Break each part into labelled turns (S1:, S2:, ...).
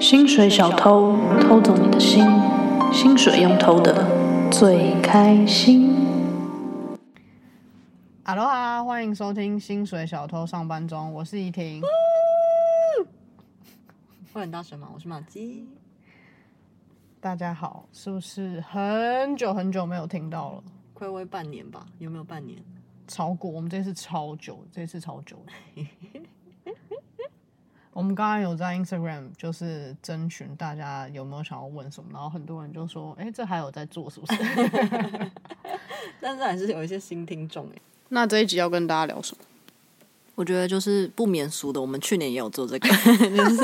S1: 薪水小偷偷走你的心，薪水用偷的最开心。
S2: 哈喽哈，啊欢迎收听《薪水小偷上班中》，我是怡婷。
S3: 欢迎大神马，我是马姬。
S2: 大家好，是不是很久很久没有听到了？
S3: 暌违半年吧，有没有半年？
S2: 超过我们这次超久，这次超久的。我们刚刚有在 Instagram 就是征询大家有没有想要问什么，然后很多人就说：“哎、这还有在做是不是
S3: 但是还是有一些新听众哎。？”
S2: 那这一集要跟大家聊什么？
S3: 我觉得就是不免俗的，我们去年也有做这个， 就是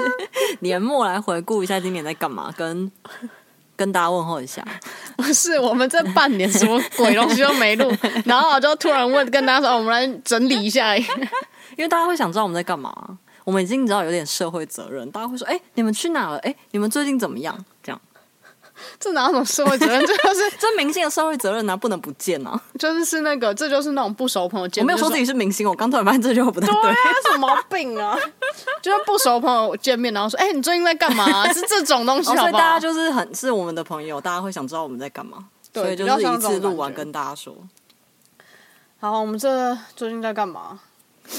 S3: 年末来回顾一下今年在干嘛，跟跟大家问候一下。
S2: 不是我们这半年什么鬼东西都没录，然后我就突然问跟大家说：“哦我们来整理一下。”
S3: 因为大家会想知道我们在干嘛。啊我们已经你知道有点社会责任，大家会说：“哎、你们去哪了？哎、你们最近怎么样？”这样，
S2: 这哪有什么社会责任？这就是
S3: 这明星的社会责任呢、不能不见啊！
S2: 就是是那个，这就是那种不熟朋友见面，
S3: 我没有说自己是明星，我刚突然发现这句话不太
S2: 就说对。
S3: 对
S2: 啊，什么毛病 啊？就是不熟朋友见面，然后说，哎、你最近在干嘛、 是这种东西好
S3: 哦，
S2: 不好？
S3: 所以大家就是很是我们的朋友，大家会想知道我们在干嘛，
S2: 对
S3: 所以就
S2: 比
S3: 是
S2: 较像
S3: 一
S2: 这种
S3: 次录完
S2: 感觉
S3: 跟大家说。
S2: 好，我们这最近在干嘛？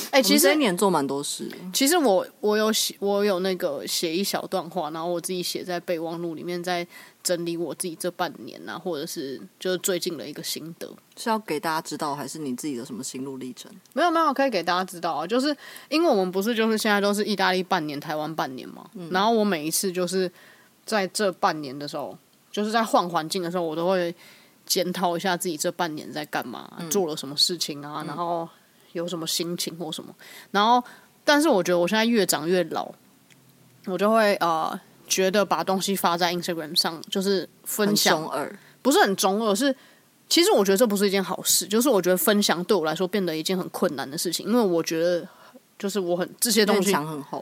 S2: 哎、
S3: 其
S2: 其
S3: 实
S2: 实
S3: 一年做蛮多事的，
S2: 其实我我有写我有那个写一小段话，然后我自己写在备忘录里面，在整理我自己这半年啊，或者是就是最近的一个心得。
S3: 是要给大家知道，还是你自己的什么心路历程？
S2: 没有没有，可以给大家知道啊，就是因为我们不是就是现在都是意大利半年、台湾半年嘛，然后我每一次就是在这半年的时候，就是在换环境的时候，我都会检讨一下自己这半年在干嘛，做了什么事情啊，然后有什么心情或什么，然后但是我觉得我现在越长越老，我就会呃觉得把东西发在 Instagram 上，就是分
S3: 很
S2: 享
S3: 中二，
S2: 不是很中二，是其实我觉得这不是一件好事，就是我觉得分享对我来说变得一件很困难的事情，因为我觉得就是我很这些东
S3: 院
S2: 西，
S3: 墙很厚，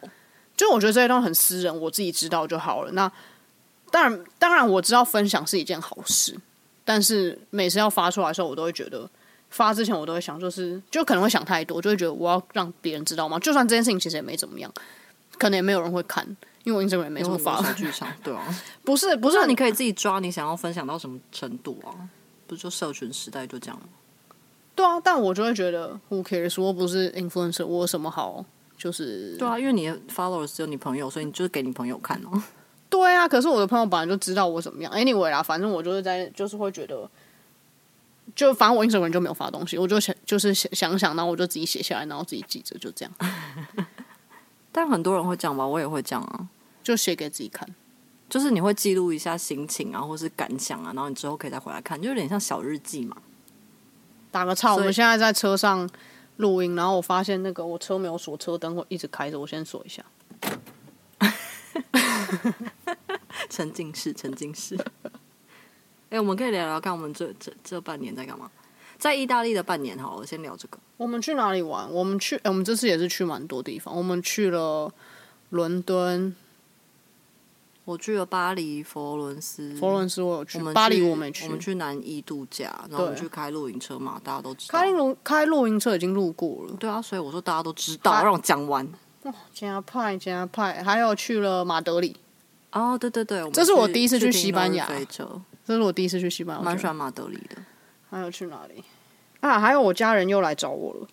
S2: 就我觉得这些东西很私人，我自己知道就好了。那当然，当然我知道分享是一件好事，但是每次要发出来的时候，我都会觉得。发之前我都会想，就是就可能会想太多，就会觉得我要让别人知道吗？就算这件事情其实也没怎么样，可能也没有人会看，因为我 Instagram 也没
S3: 有
S2: 什么
S3: 很
S2: 发
S3: 多，小剧场，对 啊。
S2: 不是不
S3: 不
S2: 是
S3: 是，你可以自己抓你想要分享到什么程度啊？不是就社群时代就这样吗？
S2: 对啊，但我就会觉得 who cares，我不是 influencer，我有什么好就是
S3: 对啊，因为你的 followers 只有你朋友，所以你就是给你朋友看 哦、
S2: 对啊，可是我的朋友本来就知道我怎么样，anyway 啦，反正我就是在就是会觉得，就反正我 Instagram 就没有发东西，我就想就是想想想，然后我就自己写下来，然后自己记着，就这样，
S3: 但很多人会这样吧，我也会这样啊。
S2: 就写给自己看。
S3: 就是你会记录一下心情啊，或是感想啊，然后你之后可以再回来看，就有点像小日记嘛。
S2: 打个岔，我
S3: 所以
S2: 们现在在车上录音，然后我发现那个我车没有锁，车灯会一直开着，我先锁一下。
S3: 沉浸式， 沉浸式。哎、我们可以聊聊看我们这这这半年在干嘛？在意大利的半年好了，先聊这个。
S2: 我们去哪里玩？我们去，哎我们这次也是去蛮多地方，我们去了伦敦、
S3: 我去了巴黎、佛罗伦斯、
S2: 佛罗伦斯，我有去
S3: 我们去
S2: 巴黎，我没
S3: 们
S2: 去，
S3: 我们去南意度假，然后我们
S2: 对
S3: 去开露营车嘛，大家都知道
S2: 开。露开露营车已经路过了，
S3: 对啊，所以我说大家都知道，
S2: 啊
S3: 让我讲完。
S2: 加派加派，还有去了马德里，
S3: 哦，对对对，们
S2: 这是我第一次去
S3: 去
S2: 西班牙
S3: 去非洲，
S2: 这是我第一次去西班牙，
S3: 蛮喜
S2: 爽。
S3: 欢马德里的。
S2: 还有去哪里啊？还有我家人又来找我了，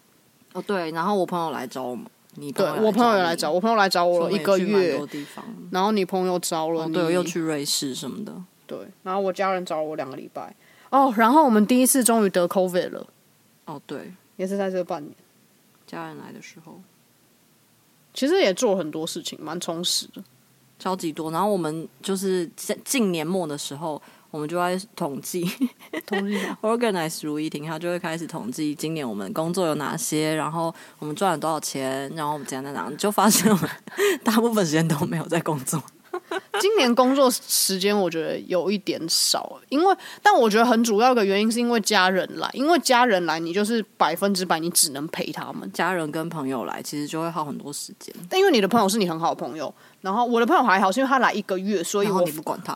S3: 哦，对，然后我朋友来找我们，你
S2: 对我朋
S3: 朋
S2: 友
S3: 友
S2: 哦也来找，哎我朋友来找我
S3: 我
S2: 了一个月
S3: 多，地方。
S2: 然后你朋友找了
S3: 哦，
S2: 你，
S3: 对，我又去瑞士什么的。
S2: 对，然后我家人找了我两个礼拜哦，然后我们第一次终于得 COVID 了，
S3: 哦，对，
S2: 也是在这半年，
S3: 家人来的时候
S2: 其实也做了很多事情，蛮充实的。
S3: 超级多。然后我们就是近近年末的时候，我们就在统计
S2: 同意
S3: organize 如意婷，她就会开始统计今年我们工作有哪些，然后我们赚了多少钱，然后我们怎样怎样，就发现我们大部分时间都没有在工作。
S2: 今年工作时间我觉得有一点少，因为但我觉得很主要的原因是因为家人来，因为家人来你就是百分之百你只能陪他们，
S3: 家人跟朋友来，其实就会耗很多时间，
S2: 但因为你的朋友是你很好的朋友，然后我的朋友还好，是因为他来一个月，所以
S3: 然后
S2: 我
S3: 你不管他，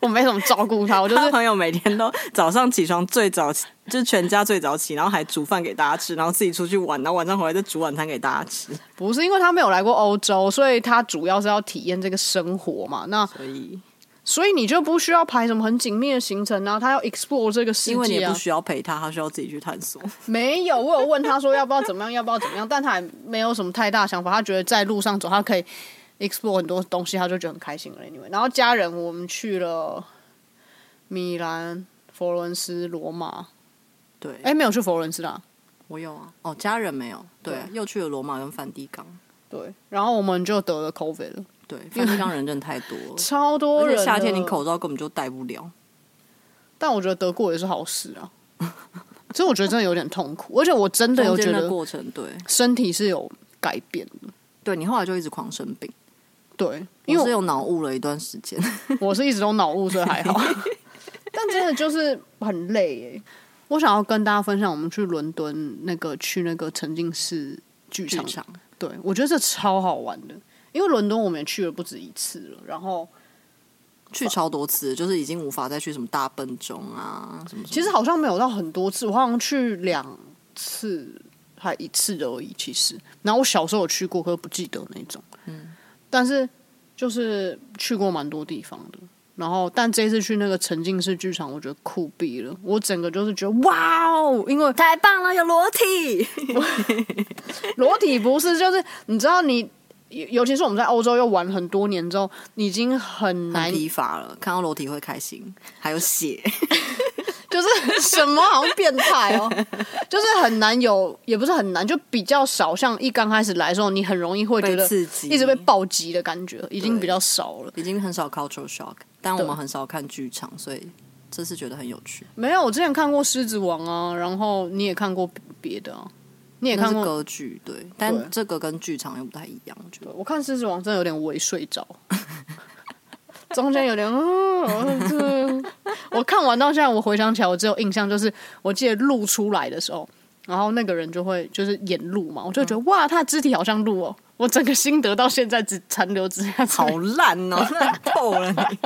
S2: 我没怎么照顾他，我就
S3: 他
S2: 是
S3: 朋友每天都早上起床最早就是全家最早起，然后还煮饭给大家吃，然后自己出去玩，然后晚上回来再煮晚餐给大家吃。
S2: 不是因为他没有来过欧洲，所以他主要是要体验这个生活嘛。那
S3: 所以，
S2: 所以你就不需要排什么很紧密的行程啊，他要 explore 这个世
S3: 因为你
S2: 界
S3: 也不
S2: 啊。
S3: 需要陪他，他需要自己去探索。
S2: 没有，我有问他说要不要怎么样，要不要怎么样，但他也没有什么太大想法。他觉得在路上走，他可以 explore 很多东西，他就觉得很开心了。Anyway，然后家人我们去了米兰、佛罗伦斯、罗马，
S3: 对，
S2: 哎，没有去佛罗伦斯啦。
S3: 我有啊，哦，家人没有，对，啊
S2: 对
S3: 又去了罗马跟梵蒂冈，
S2: 对，然后我们就得了 COVID 了，，
S3: 对，梵蒂冈人真的太多了
S2: 超多
S3: 而
S2: 人
S3: 且
S2: 的。
S3: 夏天你口罩根本就戴不了。
S2: 但我觉得得过也是好事 啊。所以我觉得真的有点痛苦，而且我真的有觉
S3: 中间的
S2: 得
S3: 过程，对，
S2: 身体是有改变的。
S3: 对你后来就一直狂生病，
S2: 对，因
S3: 因
S2: 为
S3: 为是有脑雾了一段时间。
S2: 我是一直都脑雾，所以 还好。但真的就是很累耶。我想要跟大家分享，我们去伦敦那个去那个沉浸式剧
S3: 剧
S2: 场，
S3: 场
S2: 对我觉得这超好玩的。因为伦敦我们也去了不止一次了，然后
S3: 去超多次，就是已经无法再去什么大笨钟啊什么什
S2: 其实好像没有到很多次，我好像去两次还一次而已。其实，然后我小时候有去过，可是不记得那种。嗯，但是就是去过蛮多地方的。然后，但这一次去那个沉浸式剧场，我觉得酷毙了。我整个就是觉得哇哦，因为
S3: 么，太棒了，有裸体。
S2: 裸体不是就是你知道你，尤尤其是我们在欧洲又玩很多年之后，你已经很难
S3: 很疲乏了，看到裸体会开心，还有血，
S2: 就是什么好像变态哦， 就是很难有，也不是很难，就比较少。像一刚开始来的时候，你很容易会觉得
S3: 被刺激
S2: 一直被暴击的感觉，已经比较少了。
S3: 已经很少 cultural shock，但我
S2: 对
S3: 们很少看剧场，所以这次觉得很有趣。
S2: 没有，我之前看过《狮子王》啊，然后你也看过别的啊，你也
S3: 那
S2: 看
S3: 是
S2: 过。
S3: 歌剧，对，但这个跟剧场又不太一样，我觉得。
S2: 我看《狮子王》真的有点微睡着， 中间有点，嗯，这我看完到现在，我回想起来，我只有印象就是，我记得鹿出来的时候，然后那个人就会就是演鹿嘛，我就
S3: 嗯
S2: 觉得、哇，他的肢体好像鹿哦，我整个心得到现在只残留只下
S3: 好烂哦， 烂透了你！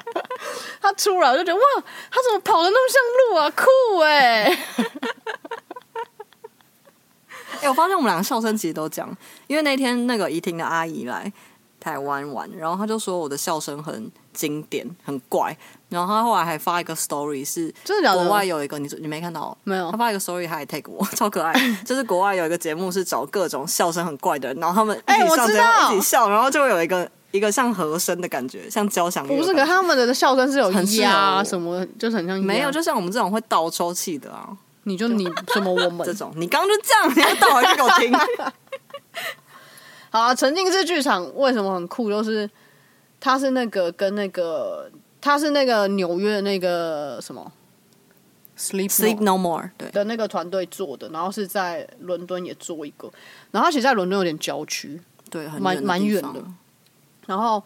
S2: 他出来，我就觉得哇，他怎么跑的那么像鹿啊，酷哎、
S3: 哎、我发现我们两个笑声其实都讲，因为那天那个怡婷的阿姨来台湾玩，然后她就说我的笑声很经典，很怪。然后她后来还发一个 story 是，
S2: 真的假的
S3: 国外有一个你 你没看到哦？
S2: 没有
S3: 她发一个 story 还 take 我，超可爱。就是国外有一个节目是找各种笑声很怪的人，然后他们
S2: 哎
S3: 一起
S2: 我
S3: 上
S2: 知
S3: 节
S2: 道
S3: 目一起笑，然后就会有一个一个像和声的感觉，像交响乐的感觉。
S2: 不是，可他们的笑声是有
S3: 很适合
S2: 鸭啊
S3: 我
S2: 什么，就是很像鸭
S3: 没有，就像我们这种会倒抽气的啊，
S2: 你就你什么我 们
S3: 这种你刚刚就这样，你要倒回去给我听。
S2: 好啊，沉浸式剧场为什么很酷？就是它是那个跟那个，它是那个纽约的那个什么 Sleep
S3: Sleep
S2: No
S3: no more，对，
S2: 的那个团队做的，然后是在伦敦也做一个，然后它其实在伦敦有点郊区，
S3: 对，很
S2: 蛮
S3: 远
S2: 蛮
S3: 地
S2: 远
S3: 方
S2: 的然后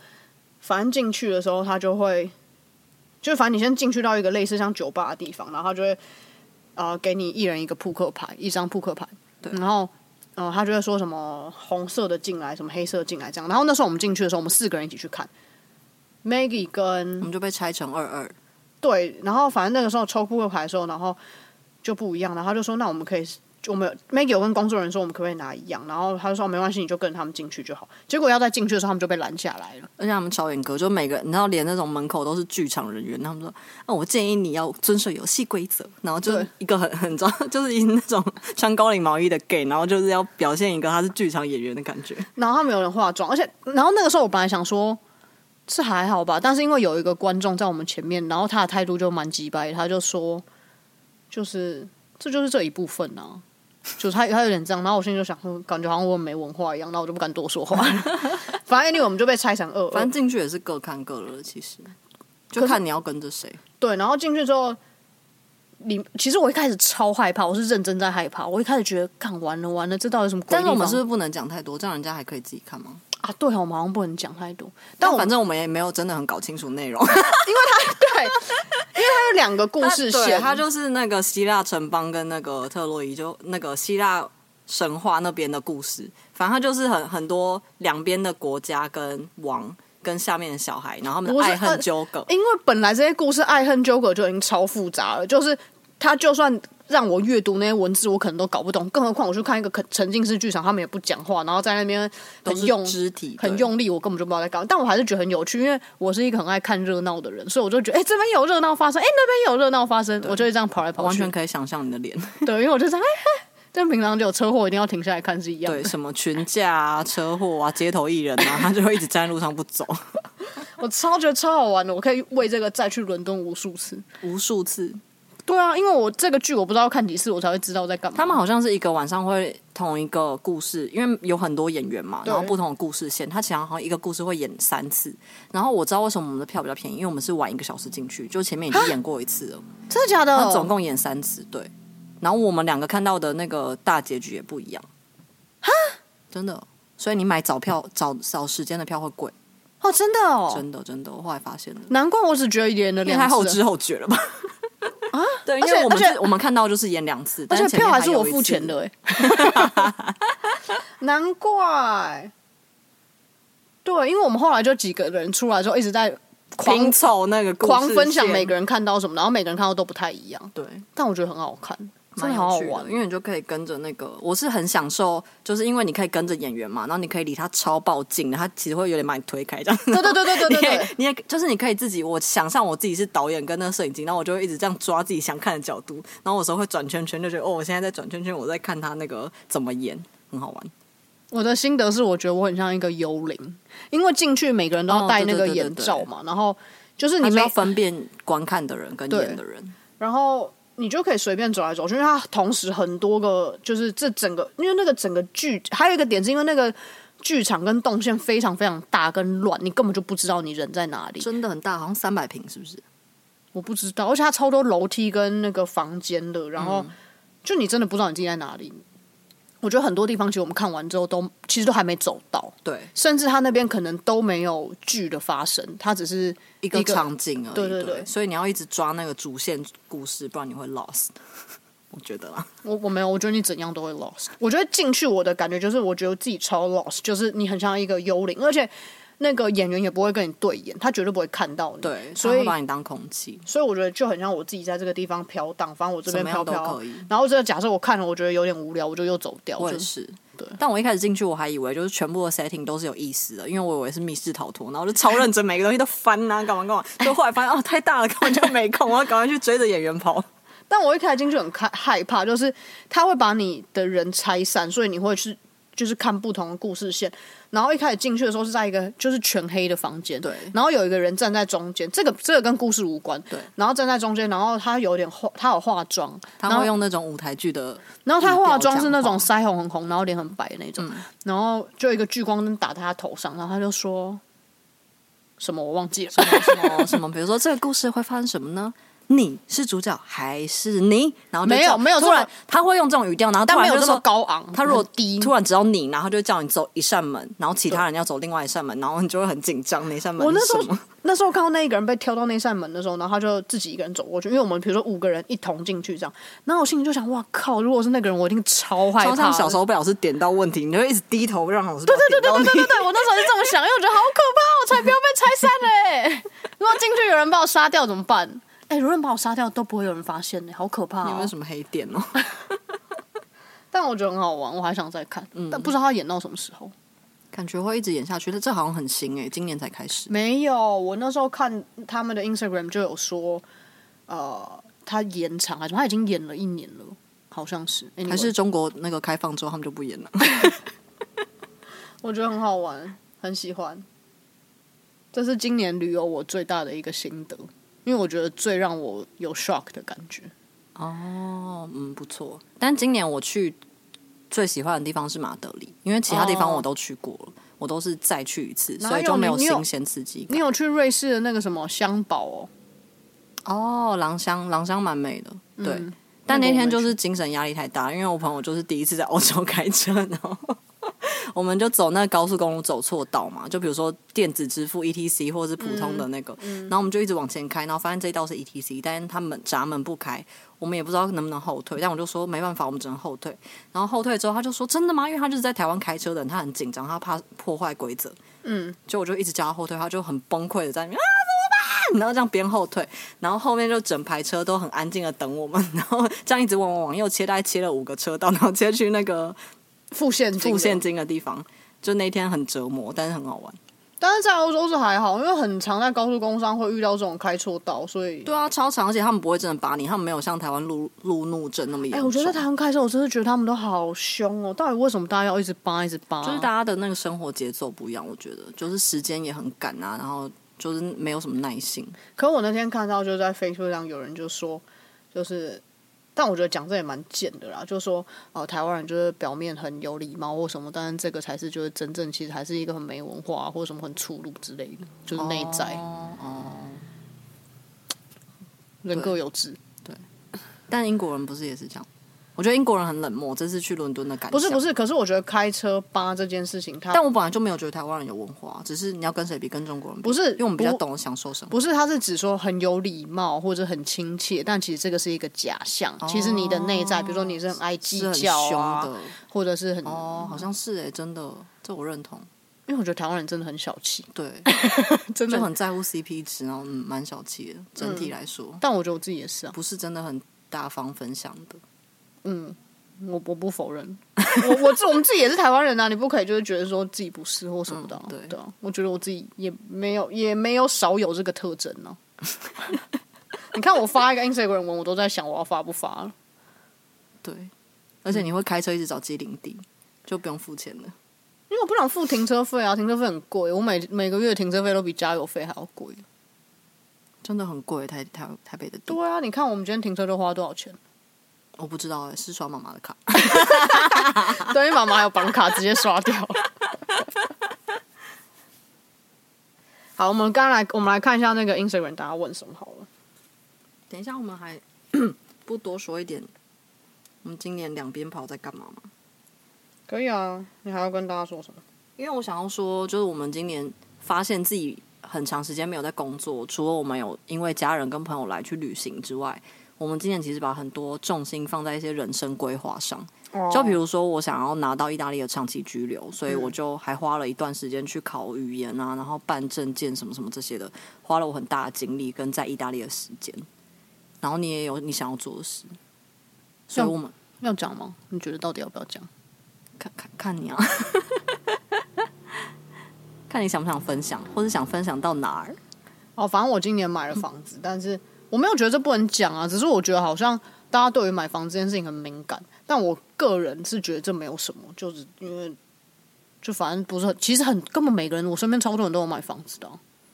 S2: 反正进去的时候，他就会，就反正你先进去到一个类似像酒吧的地方，然后他就会呃给你一人一个扑克牌，一张扑克牌，
S3: 对
S2: 然后呃他就会说什么红色的进来，什么黑色进来这样。然后那时候我们进去的时候，我们四个人一起去看，Maggie 跟
S3: 我们就被拆成二二，
S2: 对，然后反正那个时候抽扑克牌的时候，然后就不一样，然后他就说那我们可以，我们有 Maggie 有跟工作人员说我们可不可以拿一样，然后他就说哦没关系，你就跟着他们进去就好。结果要在进去的时候，他们就被拦下来了。
S3: 而且他们超严格，就每个你知道，连那种门口都是剧场人员，他们说，那、我建议你要遵守游戏规则，然后就是
S2: 对
S3: 一个很很 糟，就是一那种穿高领毛衣的 gay，然后就是要表现一个他是剧场演员的感觉，
S2: 然后他们有人化妆，而且然后那个时候我本来想说是还好吧，但是因为有一个观众在我们前面，然后他的态度就蛮鸡掰，他就说就是这就是这一部分啊。就是他，他有点这样，然后我心里就想说，感觉好像我很没文化一样，那我就不敢多说 话。反正 anyway，我们就被拆成二二，
S3: 反正进去也是各看各的了，其实就看你要跟着谁，
S2: 对，然后进去之后，你其实我一开始超害怕，我是认真在害怕。我一开始觉得，干完了完了，这到底什么鬼
S3: 但
S2: 地方？
S3: 是我们是不是不能讲太多，这样人家还可以自己看吗？
S2: 啊，对哦，我们好像不能讲太多。但
S3: 但
S2: 我
S3: 反
S2: 们
S3: 正我们也没有真的很搞清楚内容，
S2: 对，因为它有两个故 事
S3: 他
S2: 线，
S3: 啊他就是那个希腊城邦跟那个特洛伊，就那个希腊神话那边的故事。反正他就是很很多两边的国家跟王跟下面的小孩，然后他们
S2: 不
S3: 的
S2: 是呃哎
S3: 爱恨纠葛。
S2: 因为本来这些故事爱恨纠葛就已经超复杂了，就是他就算让我阅读那些文字，我可能都搞不懂，更何况我去看一个沉浸式剧场，他们也不讲话，然后在那边
S3: 都
S2: 很
S3: 是
S2: 用
S3: 肢体
S2: 很
S3: 对
S2: 用力，我根本就不知道在干嘛。但我还是觉得很有趣，因为我是一个很爱看热闹的人，所以我就觉得，哎、这边有热闹发生，哎、那边有热闹发生，我就会这样跑来跑去。
S3: 完全可以想象你的脸，
S2: 对，因为我就这样，哎、哎跟平常就有车祸一定要停下来看是一样
S3: 对
S2: 的。
S3: 什么群架啊、车祸啊、街头艺人啊，他就会一直站在路上不走，
S2: 我超觉得超好玩的，我可以为这个再去伦敦 无数次。
S3: 无数次。
S2: 对啊，因为我这个剧我不知道看几次，我才会知道在干嘛。
S3: 他们好像是一个晚上会同一个故事，因为有很多演员嘛，
S2: 对
S3: 然后不同的故事线，他其实好像一个故事会演三次。然后我知道为什么我们的票比较便宜，因为我们是晚一个小时进去，就前面已经演过一次了，
S2: 真的假
S3: 他
S2: 的？
S3: 总共演三次，对。然后我们两个看到的那个大结局也不一样，真的。所以你买早票早早时间的票会贵，
S2: 哦，真的哦，
S3: 真的真的，我后来发现了。
S2: 难怪我只觉得演了
S3: 因为
S2: 两
S3: 太
S2: 次
S3: 后知后觉了吧？啊， 对，因
S2: 而且
S3: 为我们
S2: 而且
S3: 是我们看到就是演两次，
S2: 而
S3: 但
S2: 且
S3: 是前
S2: 票
S3: 面
S2: 还
S3: 还
S2: 是我
S3: 有一
S2: 付
S3: 次
S2: 钱的 哎、难怪。对，因为我们后来就几个人出来之后一直在狂
S3: 拼凑那个故事
S2: 狂分享
S3: 线
S2: 每个人看到什么，然后每个人看到都不太一样，
S3: 对，
S2: 但我觉得很好看，真
S3: 蛮
S2: 的好好
S3: 有趣
S2: 玩
S3: 的，。因为你就可以跟着那个，我是很享受，就是因为你可以跟着演员嘛，然后你可以离他超爆近的，他其实会有点把你推开这样。
S2: 对对对对对对
S3: 你
S2: 对
S3: 也，你也就是你可以自己，我想象我自己是导演跟那个摄影机，然后我就会一直这样抓自己想看的角度，然后有时候会转圈圈，就觉得哦，我现在在转圈圈，我在看他那个怎么演，很好玩。
S2: 我的心得是，我觉得我很像一个幽灵，因为进去每个人都要
S3: 哦
S2: 戴那
S3: 对对
S2: 个
S3: 对对
S2: 眼
S3: 对
S2: 罩嘛，然后就是你
S3: 他就
S2: 没
S3: 要分辨观看的人跟
S2: 对
S3: 演的人，
S2: 然后你就可以随便走来走去，因为它同时很多个，就是这整个，因为那个整个剧还有一个点是因为那个剧场跟动线非常非常大跟乱，你根本就不知道你人在哪里。
S3: 真的很大，好像三百平是不是？
S2: 我不知道，而且它超多楼梯跟那个房间的，然后就你真的不知道你自己在哪里。我觉得很多地方其实我们看完之后都其实都还没走到，
S3: 对，
S2: 甚至他那边可能都没有剧的发生，他只是
S3: 一个
S2: 一个
S3: 场景而已。
S2: 对对对
S3: 所以你要一直抓那个主线故事，不然你会 lost。我 觉得啦，
S2: 我我没有，我觉得你怎样都会 lost。我觉得进去我的感觉就是，我觉得自己超 lost，就是你很像一个幽灵，而且那个演员也不会跟你对眼，他绝对不会看到你。
S3: 对，
S2: 所
S3: 他
S2: 以
S3: 会把你当空气，
S2: 所以我觉得就很像我自己在这个地方飘荡，反正我这边
S3: 怎么
S2: 飘
S3: 样都
S2: 飘
S3: 可。以。
S2: 然后这个假设我看了，我觉得有点无聊，我就又走掉。
S3: 我也，
S2: 就是对
S3: 但我一开始进去，我还以为就是全部的 setting 都是有意思的，因为我以为是密室逃脱，然后我就超认真，每个东西都翻啊，干 嘛干嘛。就后来发现哦，太大了，根本就没空，我要赶快去追着演员跑。
S2: 但我一开始进去很害害怕，就是他会把你的人拆散，所以你会去就是看不同的故事线。然后一开始进去的时候是在一个就是全黑的房间，
S3: 对
S2: 然后有一个人站在中间，这个这个跟故事无关，
S3: 对。
S2: 然后站在中间，然后他有点化，他有化妆， 然
S3: 他
S2: 后
S3: 会用那种舞台 剧的，
S2: 然后他化的妆是那
S3: 语
S2: 种
S3: 调
S2: 腮红很红，然后脸很白的那
S3: 嗯
S2: 种，然后就有一个聚光灯打在他头上，然后他就说什么我忘记了，
S3: 什么 什么，比如说这个故事会发生什么呢？你是主角还是你？然后就
S2: 没有
S3: 叫
S2: 没有
S3: 突
S2: 这
S3: 然
S2: 么
S3: 他会用这种语调，然后
S2: 但
S3: 突
S2: 没
S3: 然
S2: 有这
S3: 就
S2: 么
S3: 说，
S2: 高昂，
S3: 他如果
S2: 很低，
S3: 突然只要你，然后他就叫你走一扇门，然后其他人要走另外一扇门，然后你就会很紧张，哪扇门
S2: 我哦那
S3: 是
S2: 时
S3: 什
S2: 候
S3: 么？
S2: 那时候看到那一个人被挑到那扇门的时候，然后他就自己一个人走过去，因为我们比如说五个人一同进去这样，然后我心里就想，哇靠！如果是那个人，我一定超害
S3: 超
S2: 怕。
S3: 像小时
S2: 候，
S3: 候被老师点到问题，你就会一直低头让老师对
S2: 对
S3: 对
S2: 对对对，我那时候是这么想，因为我觉得好可怕，我才不要被拆散嘞、如果进去有人把我杀掉怎么办？哎、如果有人把我杀掉都不会有人发现呢、好可怕、
S3: 你有没
S2: 哦
S3: 有！什么黑点哦？
S2: 但我觉得很好玩，我还想再看，但不知道他演到什么时候。
S3: 感觉会一直演下去，但这好像很新诶，今年才开始。
S2: 没有，我那时候看他们的 Instagram 就有说，呃，他延长还是什么他已经演了一年了，好像是。Anyway
S3: 还是中国那个开放之后，他们就不演了。
S2: 我觉得很好玩，很喜欢。这是今年旅游我最大的一个心得，因为我觉得最让我有 shock 的感觉。
S3: 哦，嗯，不错。但今年我去最喜欢的地方是马德里，因为其他地方
S2: 哦
S3: 我都去过了，我都是再去一次，
S2: 哪
S3: 所以
S2: 有
S3: 就没
S2: 你
S3: 有
S2: 你有
S3: 新鲜刺激
S2: 你
S3: 感。
S2: 有去瑞士的那个什么香堡哦？
S3: 哦，狼香，狼香蛮美的，对。
S2: 嗯
S3: 但
S2: 那
S3: 那
S2: 个我
S3: 天
S2: 没
S3: 就是精神压力太大，因为我朋友就是第一次在欧洲开车，然后 我们就走那个高速公路走错道嘛，就比如说电子支付 ETC 或是普通的那个，
S2: 嗯
S3: 然后我们就一直往前开，然后发现这一道是 ETC，但是他们闸门不开，我们也不知道能不能后退，但我就说没办法，我们只能后退。然后后退之后，他就说真的吗？因为他就是在台湾开车的人，他很紧张，他怕破坏规则，
S2: 嗯，
S3: 就我就一直叫他后退，他就很崩溃的在那边啊然后这样边后退，然后后面就整排车都很安静的等我们， 然后这样一直往往往右切，大概切了五个车道，然后切去那个
S2: 付现金的
S3: 付现金的地方。就那天很折磨，但是很好玩。
S2: 但是在欧洲是还好，因为很常在高速公路上会遇到这种开错道，所以
S3: 对啊，超长，而且他们不会真的把你，他们没有像台湾路路怒症那么严
S2: 哎、
S3: 重。
S2: 我觉得在台湾开车，我真是觉得他们都好凶哦！到底为什么大家要一直扒一直扒？
S3: 就是大家的那个生活节奏不一样，我觉得就是时间也很赶啊，然后就是没有什么耐性。
S2: 可我那天看到，就是在 Facebook 上有人就说，就是，但我觉得讲这也蛮贱的啦，就说哦、呃台湾人就是表面很有礼貌或什么，但是这个才是就是真正其实还是一个很没文化、或者什么很粗鲁之类的，就是内在、
S3: 哦
S2: 人各有志。
S3: 但英国人不是也是这样？我觉得英国人很冷漠，这次去伦敦的感
S2: 不是不
S3: 是，
S2: 是，可是我觉得开车扒这件事情，它
S3: 但我本来就没有觉得台湾人有文化，啊只是你要跟谁比，跟中国人比，
S2: 不是
S3: 因为我们比较
S2: 不
S3: 懂得享受生活。
S2: 不是，他是指说很有礼貌或者很亲切，但其实这个是一个假象。其实你的内在，比如说你是很爱计
S3: 哦是很
S2: 较
S3: 凶
S2: 啊，
S3: 的
S2: 或者是很，
S3: 哦，好像是哎、真的，这我认同。
S2: 因为我觉得台湾人真的很小气，
S3: 对，
S2: 真
S3: 就很在乎 CP 值，然后嗯蛮小气的。整体来说，
S2: 但我觉得我自己也是啊，
S3: 不是真的很大方分享的。
S2: 嗯，我我不 否认，我我自我们自己也是台湾人啊，你不可以就是觉得说自己不是或什么的啊、
S3: 嗯对
S2: 啊，我觉得我自己也没有也没有少有这个特征 呢、啊。你看我发一个 Instagram 文，我都在想我要发不发了。
S3: 对，而且你会开车一直找机灵地，就不用付钱了。
S2: 因为我不想付停车费啊，停车费很贵，我每每个月停车费都比加油费还要贵。
S3: 真的很贵，台台台北的地，
S2: 对啊，你看我们今天停车都花多少钱？
S3: 我不知道哎、是刷妈妈的卡。
S2: 对，因为妈妈还有绑卡直接刷掉。 好，我们刚来，我们来看一下那个 Instagram 大家问什么好了。
S3: 等一下，我们还 不多说一点，我们今年两边跑在干嘛吗？
S2: 可以啊，你还要跟大家说什么？
S3: 因为我想要说，就是我们今年发现自己很长时间没有在工作，除了我们有因为家人跟朋友来去旅行之外，我们今年其实把很多重心放在一些人生规划上。就比如说，我想要拿到意大利的长期居留，所以我就还花了一段时间去考语言啊，然后办证件什么什么这些的，花了我很大的精力跟在意大利的时间。然后你也有你想要做的事，所以我们
S2: 要讲吗？你觉得到底要不要讲？
S3: 看看看你啊， 看你想不想分享，或是想分享到哪儿？
S2: 哦，反正我今年买了房子，但是我没有觉得这不能讲啊，只是我觉得好像大家对于买房这件事情很敏感，但我个人是觉得这没有什么，就是因为就反正不是很，其实很根本每个人，我身边超多人都有买房子的、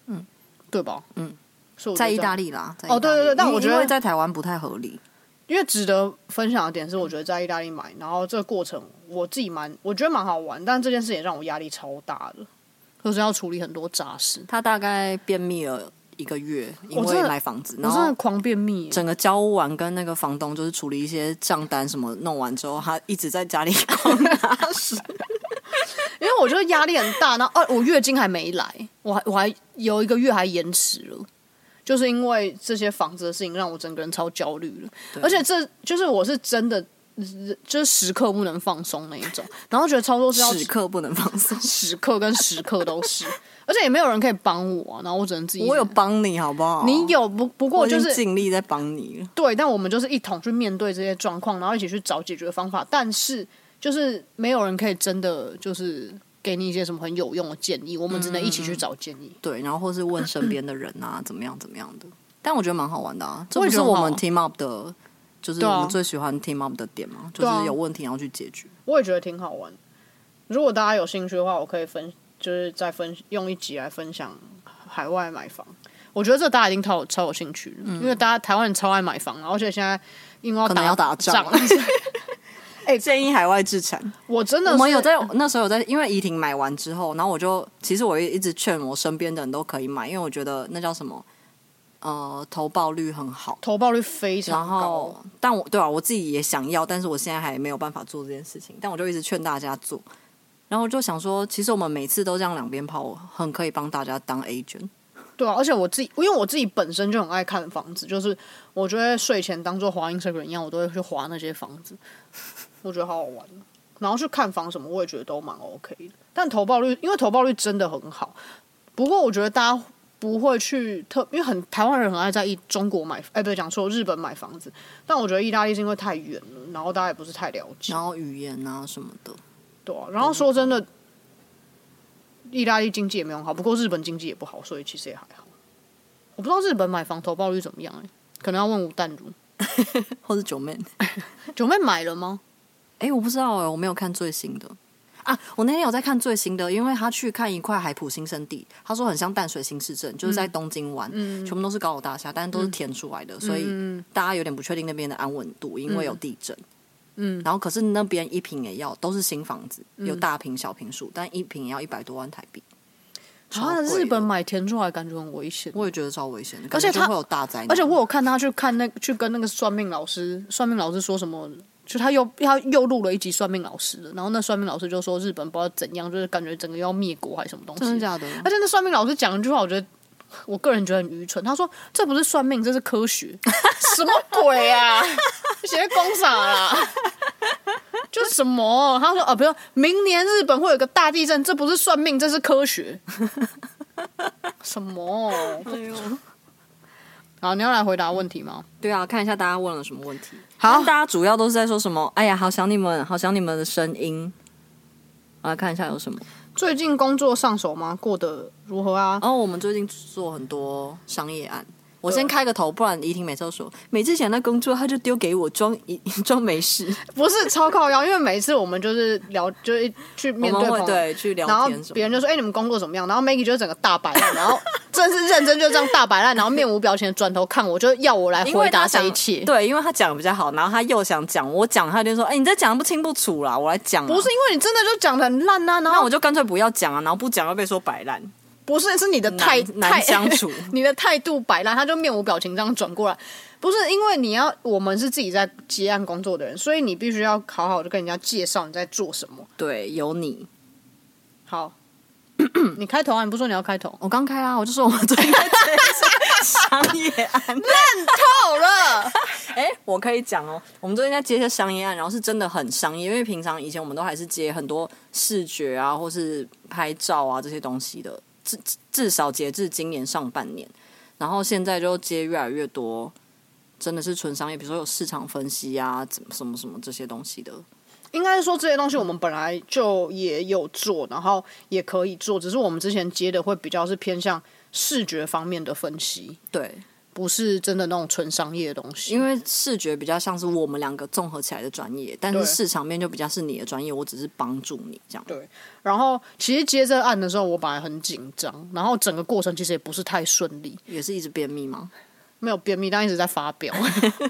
S2: 嗯，对吧？
S3: 嗯，
S2: 所以我觉
S3: 在
S2: 得
S3: 意
S2: 这样
S3: 大利啦，在
S2: 哦
S3: 意大
S2: 对
S3: 利
S2: 对对但
S3: 因
S2: 我觉得
S3: 因为在台湾不太合理。
S2: 因为值得分享的点是，我觉得在意大利买，然后这个过程我自己蛮，我觉得蛮好玩，但这件事也让我压力超大的，就是要处理很多杂事，
S3: 他大概便秘了一个月，因
S2: 我真
S3: 为
S2: 的
S3: 买房子，
S2: 我
S3: 然
S2: 真
S3: 后
S2: 的狂便秘耶，
S3: 整个交完跟那个房东就是处理一些账单什么弄完之后，他一直在家里狂拉屎。
S2: 因为我觉得压力很大，然后哦，我月经还没来，我还我还有一个月还延迟了，就是因为这些房子的事情让我整个人超焦虑了，而且这就是我是真的。就是时刻不能放松那一种， 然后觉得操作是要
S3: 时刻不能放松。
S2: 时刻跟时刻都是，而且也没有人可以帮我、啊，然后我只能自己。
S3: 我有帮你好不好？
S2: 你，有不？不过
S3: 我已
S2: 就
S3: 经
S2: 是
S3: 尽力在帮你了。
S2: 对，但我们就是一同去面对这些状况，然后一起去找解决方法。但是就是没有人可以真的就是给你一些什么很有用的建议，我们只能一起
S3: 嗯
S2: 去找建议。
S3: 对，然后或是问身边的人啊，怎么样怎么样的。但我觉得蛮好玩的啊，这
S2: 我
S3: 不
S2: 也觉
S3: 是
S2: 得很
S3: 我
S2: 好
S3: 们 team up 的，就是
S2: 对啊
S3: 我们最喜欢 team up 的点嘛，就
S2: 对啊
S3: 是有问题然后去解决。
S2: 我也觉得挺好玩。如果大家有兴趣的话，我可以分就是再分用一集来分享海外买房。我觉得这大家一定超有超有兴趣的，因为大家台湾人超爱买房，而且现在因为要
S3: 嗯可能
S2: 打
S3: 要打仗
S2: 仗，
S3: 建议海外置产。
S2: 我真的
S3: 我们有
S2: 哎是
S3: 在那时候有在，因为怡婷买完之后，然后我就其实我也一直劝我身边的人都可以买，因为我觉得那叫什么，呃，投报率很好。
S2: 投报率非
S3: 然
S2: 常
S3: 后
S2: 高，，
S3: 但我对啊，我自己也想要，但是我现在还没有办法做这件事情，但我就一直劝大家做。然后我就想说，其实我们每次都这样两边跑，很可以帮大家当 agent。
S2: 对啊，而且我自己，因为我自己本身就很爱看房子，就是我觉得睡前当做滑 Instagram 一样，我都会去滑那些房子，我觉得好好玩。然后去看房什么，我也觉得都蛮 OK 的。但投报率，因为投报率真的很好，不过我觉得大家不会去特，因为很台湾人很爱在意中国买，哎，不对，讲错，日本买房子。但我觉得意大利是因为太远了，然后大家也不是太了解，
S3: 然后语言啊什么的，
S2: 对啊。然后说真的，意大利经济也没有很好，不过日本经济也不好，所以其实也还好。我不知道日本买房投报率怎么样、哎，可能要问吴淡如。
S3: 或是九妹。
S2: 九妹买了吗？
S3: 哎、我不知道哎、我没有看最新的啊。我那天有在看最新的，因为他去看一块海普新生地，他说很像淡水新市镇，就是
S2: 嗯
S3: 在东京湾，全部都是高楼大厦，但是都是填出来的，所以大家有点不确定那边的安稳度，因为有地震。
S2: 嗯
S3: 然后可是那边一平也要都是新房子，有大平小平数，但一平也要一百多万台币。超
S2: 啊，
S3: 贵的
S2: 日本买田出来感觉很危险。
S3: 我也觉得超危险的，
S2: 而且
S3: 感觉就
S2: 他
S3: 会有大灾难。
S2: 而且我有看他去看那去跟那个算命老师，算命老师说什么？就他又他又录了一集算命老师的，然后那算命老师就说日本不知道怎样，就是感觉整个要灭国还是什么东西。
S3: 真的假的？
S2: 而且那算命老师讲一句话，我觉得我个人觉得很愚蠢。他说：“这不是算命，这是科学。”什么鬼啊？写在公傻啦？就什么？他说：“啊，不要，明年日本会有个大地震，这不是算命，这是科学。”什么？
S3: 哎呦，
S2: 好，你要来回答问题吗？
S3: 对啊，看一下大家问了什么问题。
S2: 好
S3: 大家主要都是在说什么？哎呀，好想你们，好想你们的声音。我来看一下有什么。
S2: 最近工作上手吗？过得如何啊？
S3: 然后哦我们最近做很多商业案，我先开个头，不然怡婷每次都说，每次想到工作，她就丢给我装一 装没事，
S2: 不是超靠腰，因为每次我们就是聊，就是去
S3: 我
S2: 面对
S3: 们
S2: 朋
S3: 会
S2: 友，
S3: 对去聊
S2: 然后
S3: 天什么
S2: 别。人就说：“哎、你们工作怎么样？”然后 Maggie 就整个大摆烂，然后真是认真就这样大摆烂，然后面无表情的转头看我，就要我来
S3: 因为
S2: 回
S3: 他
S2: 答
S3: 讲
S2: 这一切。
S3: 对，因为他讲的比较好，然后他又想讲，我讲他就说，哎、你这讲得不清不楚啦，我来讲啊、
S2: 不是因为你真的就讲的很烂啊呐、然
S3: 那
S2: 后
S3: 我就干脆不要讲啊，然后不讲又被说摆烂，
S2: 不是是你的态
S3: 难
S2: 态
S3: 难相处
S2: 你的态度摆烂，他就面无表情这样转过来。不是因为你要，我们是自己在接案工作的人，所以你必须要好好的跟人家介绍你在做什么。
S3: 对，有 你，
S2: 好， 你开头啊，你不说你要开头，
S3: 我刚开啊，我就说我们 最近在做一些商业案。
S2: 好了，
S3: 哎、我可以讲哦，我们最近在接一些商业案，然后是真的很商业，因为平常以前我们都还是接很多视觉啊，或是拍照啊这些东西的，至至至少截至今年上半年，然后现在就接越来越多，真的是纯商业，比如说有市场分析啊，怎么什么什么这些东西的，
S2: 应该是说这些东西我们本来就也有做，然后也可以做，只是我们之前接的会比较是偏向视觉方面的分析，
S3: 对，
S2: 不是真的那种纯商业的东西。
S3: 因为视觉比较像是我们两个综合起来的专业，但是
S2: 对
S3: 市场面就比较是你的专业，我只是帮助你这样。
S2: 对，然后其实接这个案的时候，我本来很紧张，然后整个过程其实也不是太顺利，
S3: 也是一直便秘吗？
S2: 没有便秘，但一直在发飙。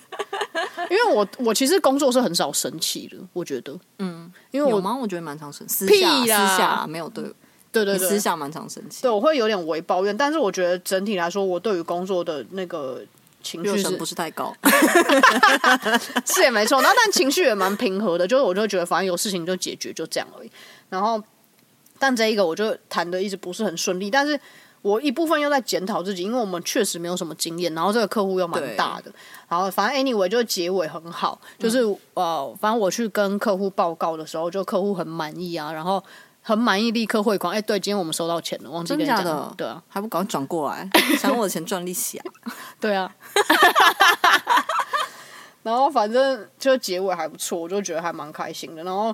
S2: 因为我我其实工作是很少生气的，我觉得，嗯，因为
S3: 有
S2: 我
S3: 吗？我觉得蛮常生，私
S2: 屁
S3: 下私
S2: 啦
S3: 下没有对。
S2: 对对
S3: 你
S2: 对，
S3: 私下蛮常生气，
S2: 对，我会有点微抱怨，但是我觉得整体来说，我对于工作的那个情
S3: 热
S2: 绪是
S3: 忱不是 太高。
S2: 是也没错，然后但情绪也蛮平和的，就是我就觉得反正有事情就解决，就这样而已。然后，但这一个我就谈的一直不是很顺利，但是我一部分又在检讨自己，因为我们确实没有什么经验，然后这个客户又蛮大的，然后反正 anyway 就是结尾很好，就是、
S3: 嗯
S2: 呃，反正我去跟客户报告的时候，就客户很满意啊，然后。很满意，立刻汇款。哎、对，今天我们收到钱了，忘记
S3: 真
S2: 跟
S3: 的
S2: 你讲
S3: 假
S2: 了。
S3: 的？
S2: 对啊，，
S3: 还不赶快转过来，想我的钱赚利息啊！
S2: 对啊。然后反正就结尾还不错，我就觉得还蛮开心的。然后，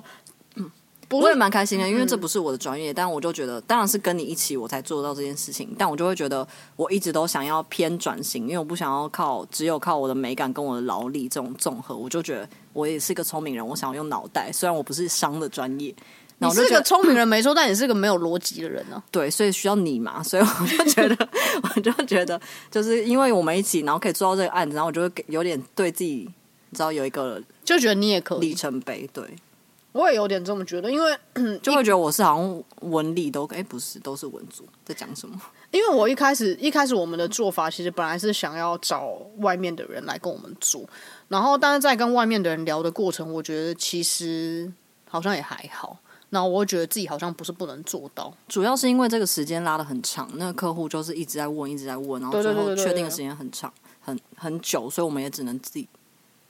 S2: 不
S3: 我也
S2: 是
S3: 蛮开心的，因为这不是我的专业，但我就觉得，当然是跟你一起我才做到这件事
S2: 嗯
S3: 情，但我就会觉得我一直都想要偏转型，因为我不想要靠只有靠我的美感跟我的劳力这种综合，我就觉得我也是个聪明人，我想要用脑袋，虽然我不是商的专业，那
S2: 你
S3: 我就是觉
S2: 个
S3: 得
S2: 聪明人没错，但你是个没有逻辑的人啊 呢、
S3: 对，所以需要你嘛，所以我就 觉得，我就觉得，就是因为我们一起，然后可以做到这个案子，然后我就会给有点对自己，你知道有一个
S2: 就觉得你也可
S3: 里
S2: 以。
S3: 程碑，对，
S2: 我也有点这么觉得，因为
S3: 就会觉得我是好像文理都，哎、不是，都是文组在讲什么？
S2: 因为我一开始一开始我们的做法其实本来是想要找外面的人来跟我们做，然后但是在跟外面的人聊的过程，我觉得其实好像也还好。然后我会觉得自己好像不是不能做到，
S3: 主要是因为这个时间拉的很长，那个客户就是一直在问，一直在问，然后
S2: 对
S3: 最
S2: 对对
S3: 后
S2: 对对
S3: 确定
S2: 对
S3: 的时间很长，很很久，所以我们也只能自己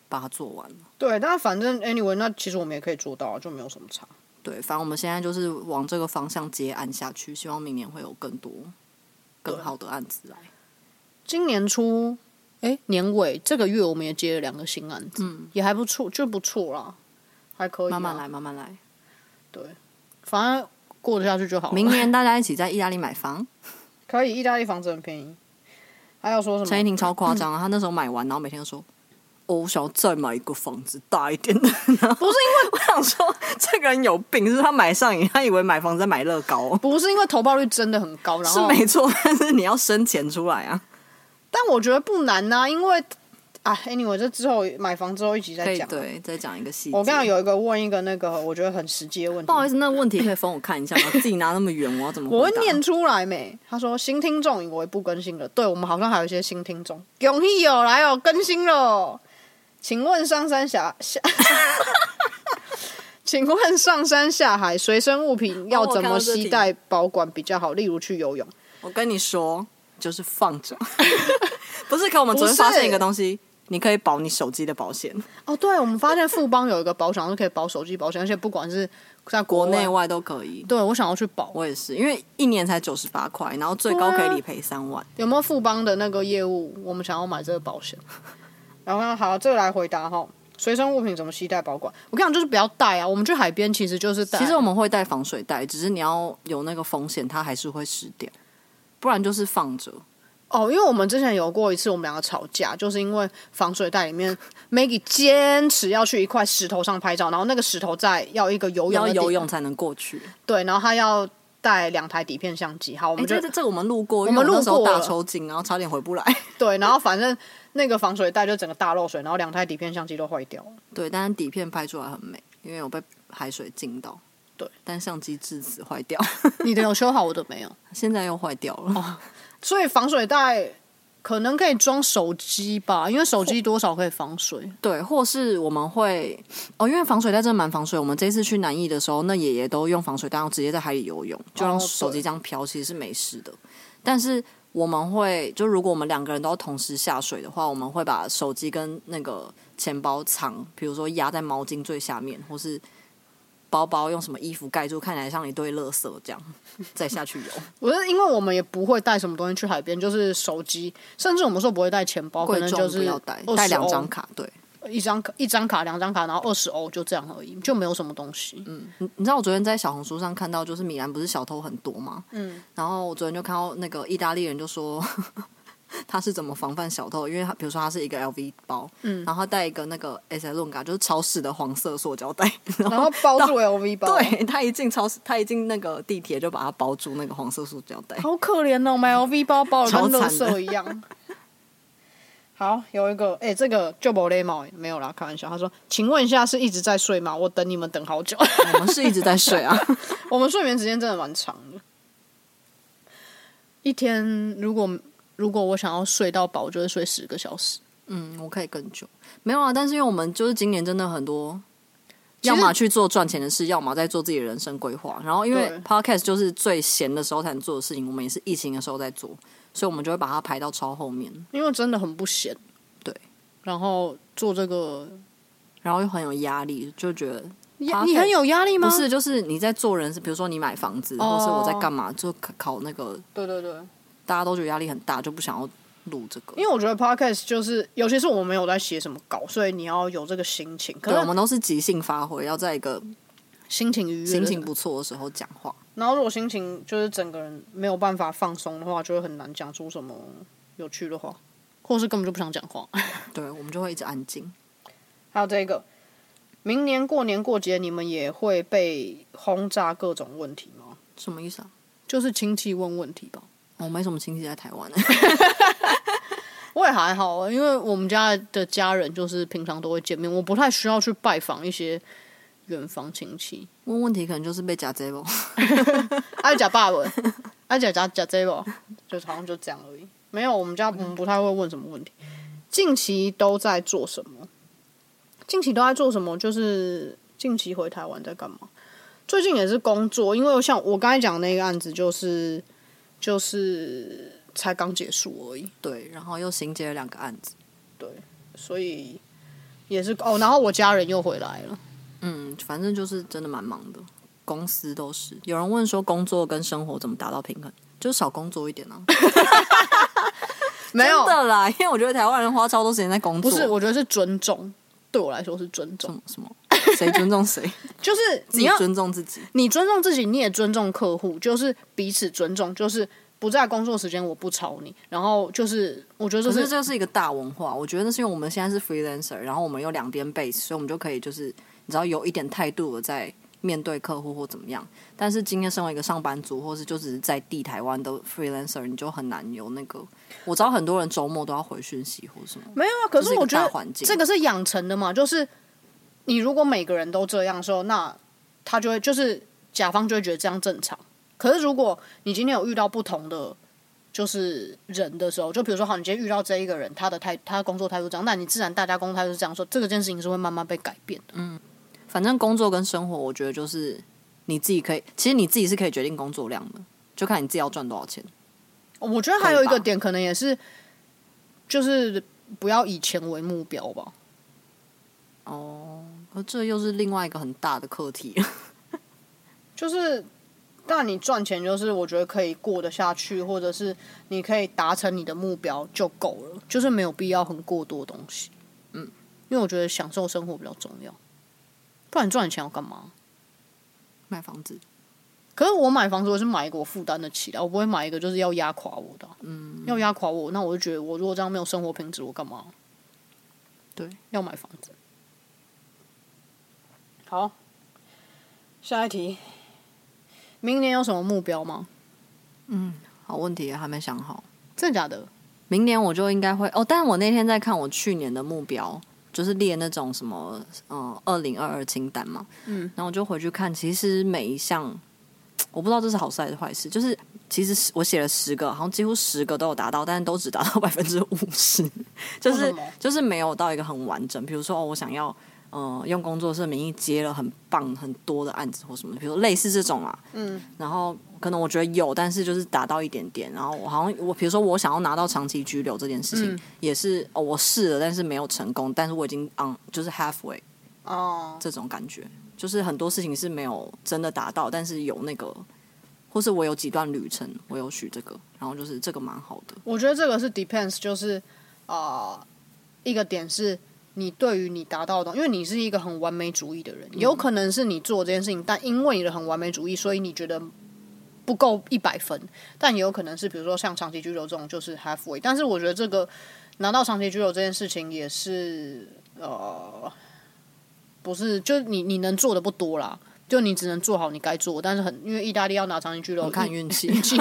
S3: 把它做完了。
S2: 对，但反正 anyway，那其实我们也可以做到啊，就没有什么差。
S3: 对，反正我们现在就是往这个方向接案下去，希望明年会有更多啊更好的案子来。
S2: 今年初，哎，年尾这个月我们也接了两个新案子，
S3: 嗯，
S2: 也还不错，就不错啦，还可以。
S3: 慢慢来，，慢慢来。
S2: 对，反正过得下去就好了。
S3: 明年大家一起在意大利买房。
S2: 可以，意大利房子很便宜。还要说什么？
S3: 陈依婷超夸张啊，她那时候买完，然后每天都说：“哦，我想要再买一个房子大一点 的。”
S2: 不是因为
S3: 我想说，这个人有病，是他买上瘾，他以为买房子在买乐高哦、
S2: 不是因为投报率真的很高，然
S3: 是
S2: 后
S3: 没错，但是你要生钱出来啊，
S2: 但我觉得不难呐、因为啊，anyway，这之后买房之后一起
S3: 可
S2: 再
S3: 以
S2: 讲。 啊
S3: 对，再讲啊一个细节。
S2: 我刚刚有一个问一个那个我觉得很实际的问题
S3: 不，好意思，那问题可以帮我看一下吗？自己拿那么远，我要怎么回答？
S2: 我会念出来没？他说新听众以为不更新了，对我们好像还有一些新听众，恭喜有来哦，更新了。请问上山下下， 请问上山下海随身物品要怎么携带保管比较好？例如去游泳，
S3: 我跟你说，就是放 着。不是，可我们昨
S2: 不是
S3: 天发现一个东西，你可以保你手机的保险，
S2: 哦，对，我们发现富邦有一个保险是可以保手机保险，而且不管是在国
S3: 国
S2: 外
S3: 内外都可以。
S2: 对我想要去保，
S3: 我也是，因为一年才九十八块，然后最高可以理赔三万。
S2: 有没有富邦的那个业务，我们想要买这个保险？ 然后好，这个来回答哈，随身物品怎么携带保管？我跟你讲，就是不要带啊。我们去海边其实就是带，
S3: 其实我们会带防水袋，只是你要有那个风险，它还是会湿掉，不然就是放着。
S2: 哦，因为我们之前有过一次我们两个吵架，就是因为防水袋里面 Maggie 坚持要去一块石头上拍照，然后那个石头在要一个游泳
S3: 要
S2: 的地
S3: 游泳才能过去。
S2: 对，然后他要带两台底片相机。好，我
S3: 哎、
S2: 们就、
S3: 这个这个我们路
S2: 我
S3: 过，
S2: 们
S3: 因为那时候
S2: 路过了
S3: 大抽筋，然后差点回不来。
S2: 对，然后反正那个防水袋就整个大漏水，然后两台底片相机都坏掉了。
S3: 对，但是底片拍出来很美，因为我被海水浸到。
S2: 对，
S3: 但相机至此坏掉，
S2: 你的有修好，我的没有。
S3: 现在又坏掉了。
S2: 所以防水袋可能可以装手机吧，因为手机多少可以防水。
S3: 对，或是我们会哦，因为防水袋真的蛮防水。我们这一次去南艺的时候，那爷爷都用防水袋，然后直接在海里游泳，就让
S2: 哦
S3: 手
S2: 对
S3: 机这样飘，其实是没事的。但是我们会，就如果我们两个人都要同时下水的话，我们会把手机跟那个钱包藏，比如说压在毛巾最下面，或是包包用什么衣服盖住，看起来像一堆垃圾这样， 再下去游。
S2: 我是因为我们也不会带什么东西去海边，就是手机，甚至我们说不会带钱包，可
S3: 贵
S2: 能
S3: 重
S2: 就
S3: 不
S2: 是
S3: 要带，
S2: 20
S3: 带两张
S2: 欧，
S3: 卡。对，
S2: 一张卡一张卡，两张卡，然后二十欧就这样而已，就没有什么东西。
S3: 你你知道我昨天在小红书上看到，就是米兰不是小偷很多吗？
S2: 嗯，
S3: 然后我昨天就看到那个意大利人就说 他是怎么防范小偷，因为他比如说他是一个 LV 包，嗯，然后他带一个那个 S L 嘎，就是超市的黄色塑胶袋，然
S2: 然后包住 LV 包，，
S3: 对他一进超市，他一进那个地铁就把它包住那个黄色塑胶 袋。
S2: 好可怜哦，买 LV 包包得
S3: 超
S2: 跟
S3: 惨
S2: 垃
S3: 的
S2: 圾一样。好，有一个，哎、这个就不礼貌，没有啦，开玩笑。他说：“请问一下，是一直在睡吗？我等你们等好久。”
S3: 我们是一直在睡啊，
S2: 我们睡眠时间真的蛮长的。一天如果如果我想要睡到饱，我就会睡十个小时。
S3: 嗯，我可以更久。没有啊，但是因为我们就是今年真的很多，
S2: 其实
S3: 要么去做赚钱的事，要么在做自己的人生规划。然后因为
S2: 对
S3: podcast 就是最闲的时候才能做的事情，我们也是疫情的时候在做，所以我们就会把它排到超后面，
S2: 因为真的很不闲。
S3: 对，
S2: 然后做这个，
S3: 然后又很有压力，就觉得
S2: 你
S3: Podcast-
S2: 你很有压力吗？
S3: 不，是就是你在做人，比如说你买房子，
S2: 哦
S3: 或是我在干嘛，就考考那个，
S2: 对对对，
S3: 大家都觉得压力很大，就不想要录这个
S2: 因。为我觉得 podcast 就是，尤其是我没有在写什么稿，所以你要有这个心情。可
S3: 对，我
S2: 是
S3: 们都是即兴发挥，要在一个
S2: 心情愉悦，
S3: 心情。不错的时候讲话。
S2: 然后如果心情就是整个人没有办法放松的话，就会很难讲出什么有趣的话，或是根本就不想讲话。
S3: 对，我们就会一直安静。
S2: 还有这个，明年过年过节你们也会被轰炸各种问题吗？
S3: 什么意思啊？
S2: 就是亲戚问问题吧。
S3: 我、没什么亲戚在台湾、
S2: 我也还好，因为我们家的家人就是平常都会见面，我不太需要去拜访一些远房亲戚。
S3: 问问题可能就是被夹 z
S2: 爱讲爸文，爱讲讲讲这个，就是好像就这样而已。没有，我们家我们不太会问什么问题。近期都在做什么？近期都在做什么？就是近期回台湾在干嘛？最近也是工作，因为像我刚才讲的那个案子，就是就是才刚结束而已，
S3: 对，然后又新接了两个案子，
S2: 所以也是哦。然后我家人又回来了，
S3: 嗯，反正就是真的蛮忙的，公司都是。有人问说工作跟生活怎么达到平衡？就是少工作一点啊。
S2: 没有
S3: 真，的啦，因为我觉得台湾人花超多时间在工
S2: 不
S3: 作，
S2: 是，我觉得是尊重。对我来说是尊
S3: 什
S2: 重，
S3: 么什么，谁尊重谁，
S2: 就是
S3: 自
S2: 你
S3: 己
S2: 要
S3: 尊重自己。
S2: 你尊重自己，你也尊重客户，就是彼此尊重，就是不在工作时间我不吵你，然后就是我觉得
S3: 可
S2: 这
S3: 是
S2: 是
S3: 这是一个大文化，我觉得那是因为我们现在是 freelancer，然后我们有两边 base，所以我们就可以就是你知道有一点态度的在面对客户或怎么样。但是今天身为一个上班族，或是就只是在地台湾的 freelancer，你就很难有那个。我知道很多人周末都要回讯息或什么，
S2: 没有啊。可
S3: 这
S2: 是
S3: 是一
S2: 我
S3: 个
S2: 觉
S3: 大
S2: 得
S3: 环境。
S2: 这个是养成的嘛，就是你如果每个人都这样的时候，那他就会就是甲方就会觉得这样正常。可是如果你今天有遇到不同的就是人的时候，就比如说好，你今天遇到这一个人，他的态他的工作态度这样，那你自然大家工作态度是这样说，这个件事情是会慢慢被改变的。
S3: 反正工作跟生活，我觉得就是你自己可以，其实你自己是可以决定工作量的，就看你自己要赚多少钱。
S2: 我觉得还有一
S3: 对
S2: 个
S3: 吧
S2: 点，可能也是，就是不要以钱为目标吧。
S3: 哦，可这又是另外一个很大的课题。
S2: 就是，但你赚钱，就是我觉得可以过得下去，或者是你可以达成你的目标就够了，就是没有必要很过多的东西。嗯，因为我觉得享受生活比较重要，不然赚钱要干嘛？
S3: 买房子，
S2: 可是我买房子，我是买一个我负担得起的，我不会买一个就是要压垮我的啊、嗯，要压垮我，那我就觉得我如果这样没有生活品质，我干嘛？
S3: 对，
S2: 要买房子。好，下一题，明年有什么目标吗？
S3: 好问题还没想好。
S2: 真的假的？
S3: 明年我就应该会哦，但我那天在看我去年的目标，就是列那种什么嗯二零二二清单嘛，嗯，然后我就回去看，其实每一项我不知道这是好事还是坏事，就是其实是我写了十个，好像几乎十个都有达到，但是都只达到百分之五十，就
S2: 为
S3: 是
S2: 什么
S3: 就是没有到一个很完整。比如说哦，我想要。嗯，用工作室的名义接了很棒很多的案子或什么，比如说类似这种啊，
S2: 嗯，
S3: 然后可能我觉得有，但是就是达到一点点。然后我好像我比如说我想要拿到长期居留这件事情，
S2: 嗯
S3: 也是哦，我试了，但是没有成功，但是我已经 on 就是 halfway
S2: 哦，
S3: 这种感觉，就是很多事情是没有真的达到，但是有那个，或是我有几段旅程，我有许这个，然后就是这个蛮好的。
S2: 我觉得这个是 depends，就是啊、呃一个点是你对于你达到的东，因为你是一个很完美主义的人，
S3: 嗯
S2: 有可能是你做这件事情，但因为你的很完美主义，所以你觉得不够一百分，但也有可能是比如说像长期居留这种就是 halfway，但是我觉得这个拿到长期居留这件事情也是呃，不是就你你能做的不多啦。就你只能做好你该做的，但是很因为意大利要拿长期居留，
S3: 我看
S2: 意
S3: 哦运气，
S2: 气。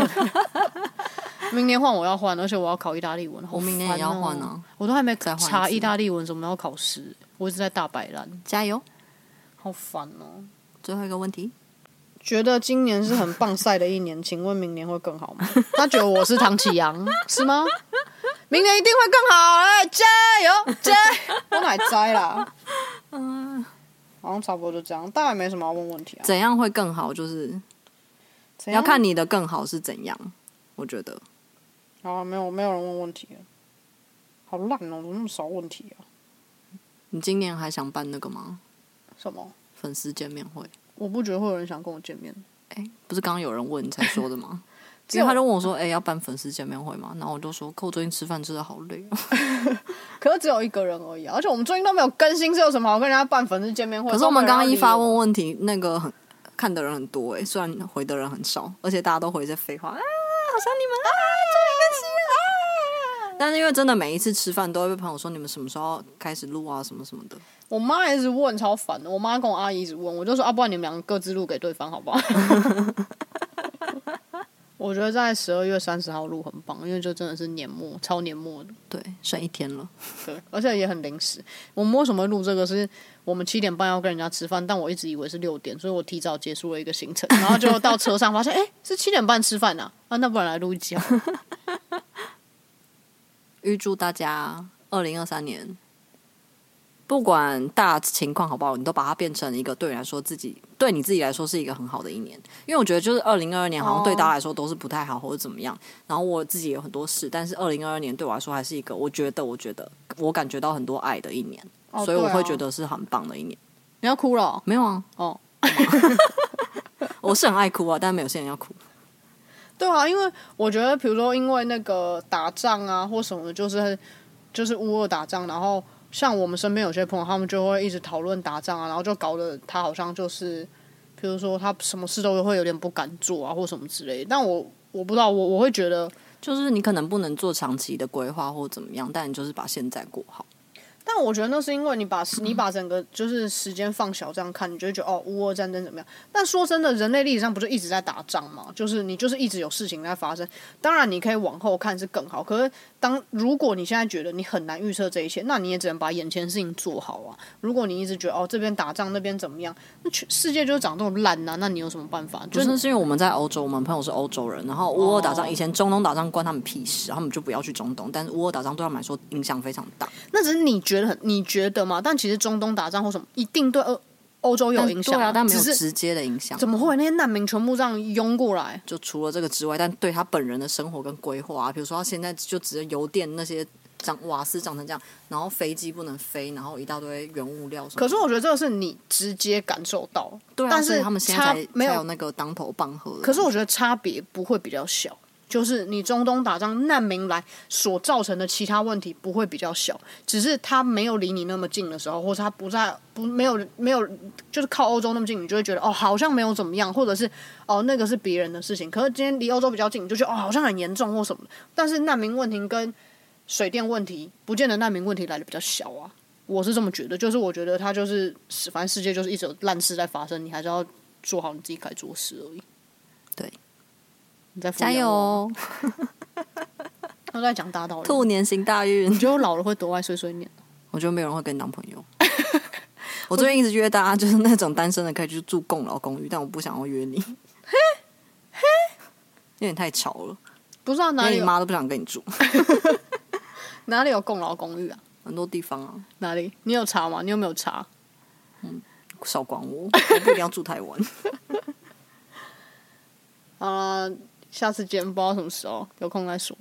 S2: 明年换我要换，而且我要考意大利文。好
S3: 我明年也要换
S2: 烦哦
S3: 啊，
S2: 我都还没
S3: 再换一次
S2: 查意大利文什么时候考试，我一直在大摆烂，
S3: 加油！
S2: 好烦哦。
S3: 最后一个问题，
S2: 觉得今年是很棒赛的一年，请问明年会更 好吗？他觉得我是唐启阳是吗？明年一定会更好，哎、加油加油！我奶摘啦，嗯，好像差不多就这样，大概没什么要问问题啊。
S3: 怎样会更好？就是
S2: 怎
S3: 要
S2: 样
S3: 看你的更好是怎样，我觉得。
S2: 好啊，没有没有人问问题了，好烂哦，怎么那么少问题啊？
S3: 你今年还想办那个吗？
S2: 什么？
S3: 粉丝见面会？
S2: 我不觉得会有人想跟我见面。
S3: 哎、不是刚刚有人问你才说的吗？
S2: 只
S3: 因
S2: 有
S3: 为他 就问我说：“哎、要办粉丝见面会吗？”然后我就说：“可我最近吃饭吃的好累、哦。
S2: 可是只有一个人而已、啊，而且我们最近都没有更新，是有什么好跟人家办粉丝见面”会？
S3: 可是我们
S2: 都没
S3: 刚刚
S2: 有人
S3: 一
S2: 理
S3: 发
S2: 我
S3: 问问题，那个很看的人很多哎、虽然回的人很少，而且大家都回一些废话啊，好想你们啊，终于更新了啊！但是因为真的每一次吃饭都会被朋友说你们什么时候开始录啊，什么什么的。
S2: 我妈也一直问，超烦的。我妈跟我阿姨一直问，我就说啊，不然你们两个各自录给对方好不好？ 我觉得在十二月三十号录很棒，因为就真的是年末，超年末的，
S3: 对，剩一天了。
S2: 对，而且也很临时。我们为什么会录这个是？我们七点半要跟人家吃饭，但我一直以为是六点，所以我提早结束了一个行程，然后就到车上发现，哎、是七点半吃饭呐、啊，那不然来录一集好了
S3: 预祝大家二零二三年，不管大情况好不好，你都把它变成一个对你来说自己对你自己来说是一个很好的一年。因为我觉得就是二零二二
S2: 哦
S3: 年好像对大家来说都是不太好或者怎么样。然后我自己有很多事，但是二零二二年对我来说还是一个我觉得我觉得我感觉到很多爱的一年，
S2: 哦
S3: 所以我
S2: 对啊
S3: 会觉得是很棒的一年。
S2: 你要哭了哦、
S3: 没有啊，
S2: 哦
S3: 我是很爱哭啊，但没有些人要哭。
S2: 对啊，因为我觉得，比如说因为那个打仗啊或什么的，就是就是乌俄打仗，然后像我们身边有些朋友，他们就会一直讨论打仗啊，然后就搞得他好像就是，比如说他什么事都会有点不敢做啊或什么之类的。但我我不知道，我我会觉得，
S3: 就是你可能不能做长期的规划或怎么样，但你就是把现在过好。
S2: 但我觉得那是因为你把你把整个就是时间放小这样看，你就会觉得哦，乌俄战争怎么样？但说真的，人类历史上不就一直在打仗吗？就是你就是一直有事情在发生。当然，你可以往后看是更好，可是当如果你现在觉得你很难预测这一切，那你也只能把眼前的事情做好啊。如果你一直觉得哦这边打仗那边怎么样，那全世界就是长这么烂呐、啊那你有什么办法？
S3: 就
S2: 就是哦
S3: 是因为我们在欧洲，我们朋友是欧洲人，然后乌俄打仗，以前中东打仗关他们屁事，他们就不要去中东，但是乌俄打仗对他们来说影响非常大，
S2: 那只是你觉得很你觉得嘛？但其实中东打仗或什么，一定对欧欧洲有影响、
S3: 对啊，但没有
S2: 只是
S3: 直接的影响。
S2: 怎么会那些难民全部这样拥过来？啊
S3: 就除了这个之外，但对他本人的生活跟规划、啊，比如说他现在就只是油电那些长瓦斯长成这样，然后飞机不能飞，然后一大堆原物料什么的。
S2: 可是我觉得这个是你直接感受到，
S3: 对啊，
S2: 但
S3: 所以
S2: 是
S3: 他们现
S2: 差
S3: 在才
S2: 没
S3: 才有
S2: 有。
S3: 那个当头棒喝的。
S2: 可是我觉得差别不会比较小，就是你中东打仗难民来所造成的其他问题不会比较小，只是他没有离你那么近的时候，或者他不在不没有没有就是靠欧洲那么近，你就会觉得哦好像没有怎么样，或者是哦那个是别人的事情。可是今天离欧洲比较近，你就觉得哦好像很严重或什么的。但是难民问题跟水电问题，不见得难民问题来的比较小啊。我是这么觉得，就是我觉得他就是，反正世界就是一直有烂事在发生，你还是要做好你自己该做的事而已。
S3: 对，
S2: 你在
S3: 加油！ 哦，
S2: 啊都在讲大道理。
S3: 兔年行大运
S2: 你。觉得我老了会多爱碎碎念？
S3: 我觉得没有人会跟你当朋友。 我最近一直约大家， 就是那种单身的可以去住共老公寓，但我不想要 约你， 有点太吵了，
S2: 不知道
S3: 因
S2: 哪
S3: 为
S2: 里
S3: 你
S2: 有
S3: 妈都不想跟你住，
S2: 哪里有共劳公寓啊？
S3: 很多地方啊，
S2: 哪里？你有查吗？你有没有查？
S3: 少 管我，我不一定要住台湾。
S2: 啊、下次见，不知道什么时候有空再说。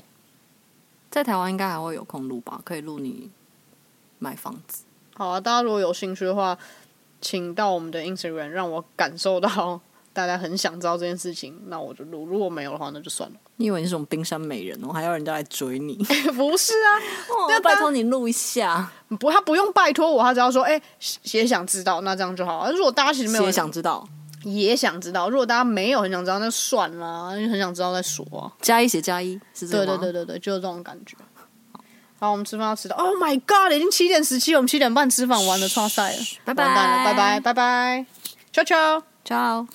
S3: 在台湾应该还会有空录吧，可以录你买房子。
S2: 好啊，大家如果有兴趣的话，请到我们的 Instagram 让我感受到 大家很想知道这件事情，那我就录；如果没有的话，那就算了。
S3: 你以为你是什么冰山美人哦，还要人家来追你？
S2: 不是啊，
S3: 哦、 拜托你录一下，
S2: 不，他不用拜托我，他只要说，哎、也想知道，那这样就好啊。如果大家其实没有
S3: 也想知道。
S2: 也想知道，如果大家没有很想知道，那算啦，很想知道再说啊。
S3: 加一写加一是这
S2: 对
S3: 个
S2: 对
S3: 吗？
S2: 对
S3: 对，
S2: 对对，就是这种感觉。好，我们吃饭要迟到。Oh my god，已经七点十七，我们七点半吃饭，完了，超赛了，
S3: 拜拜
S2: 完蛋了，拜拜，拜拜，悄悄。
S3: ciao。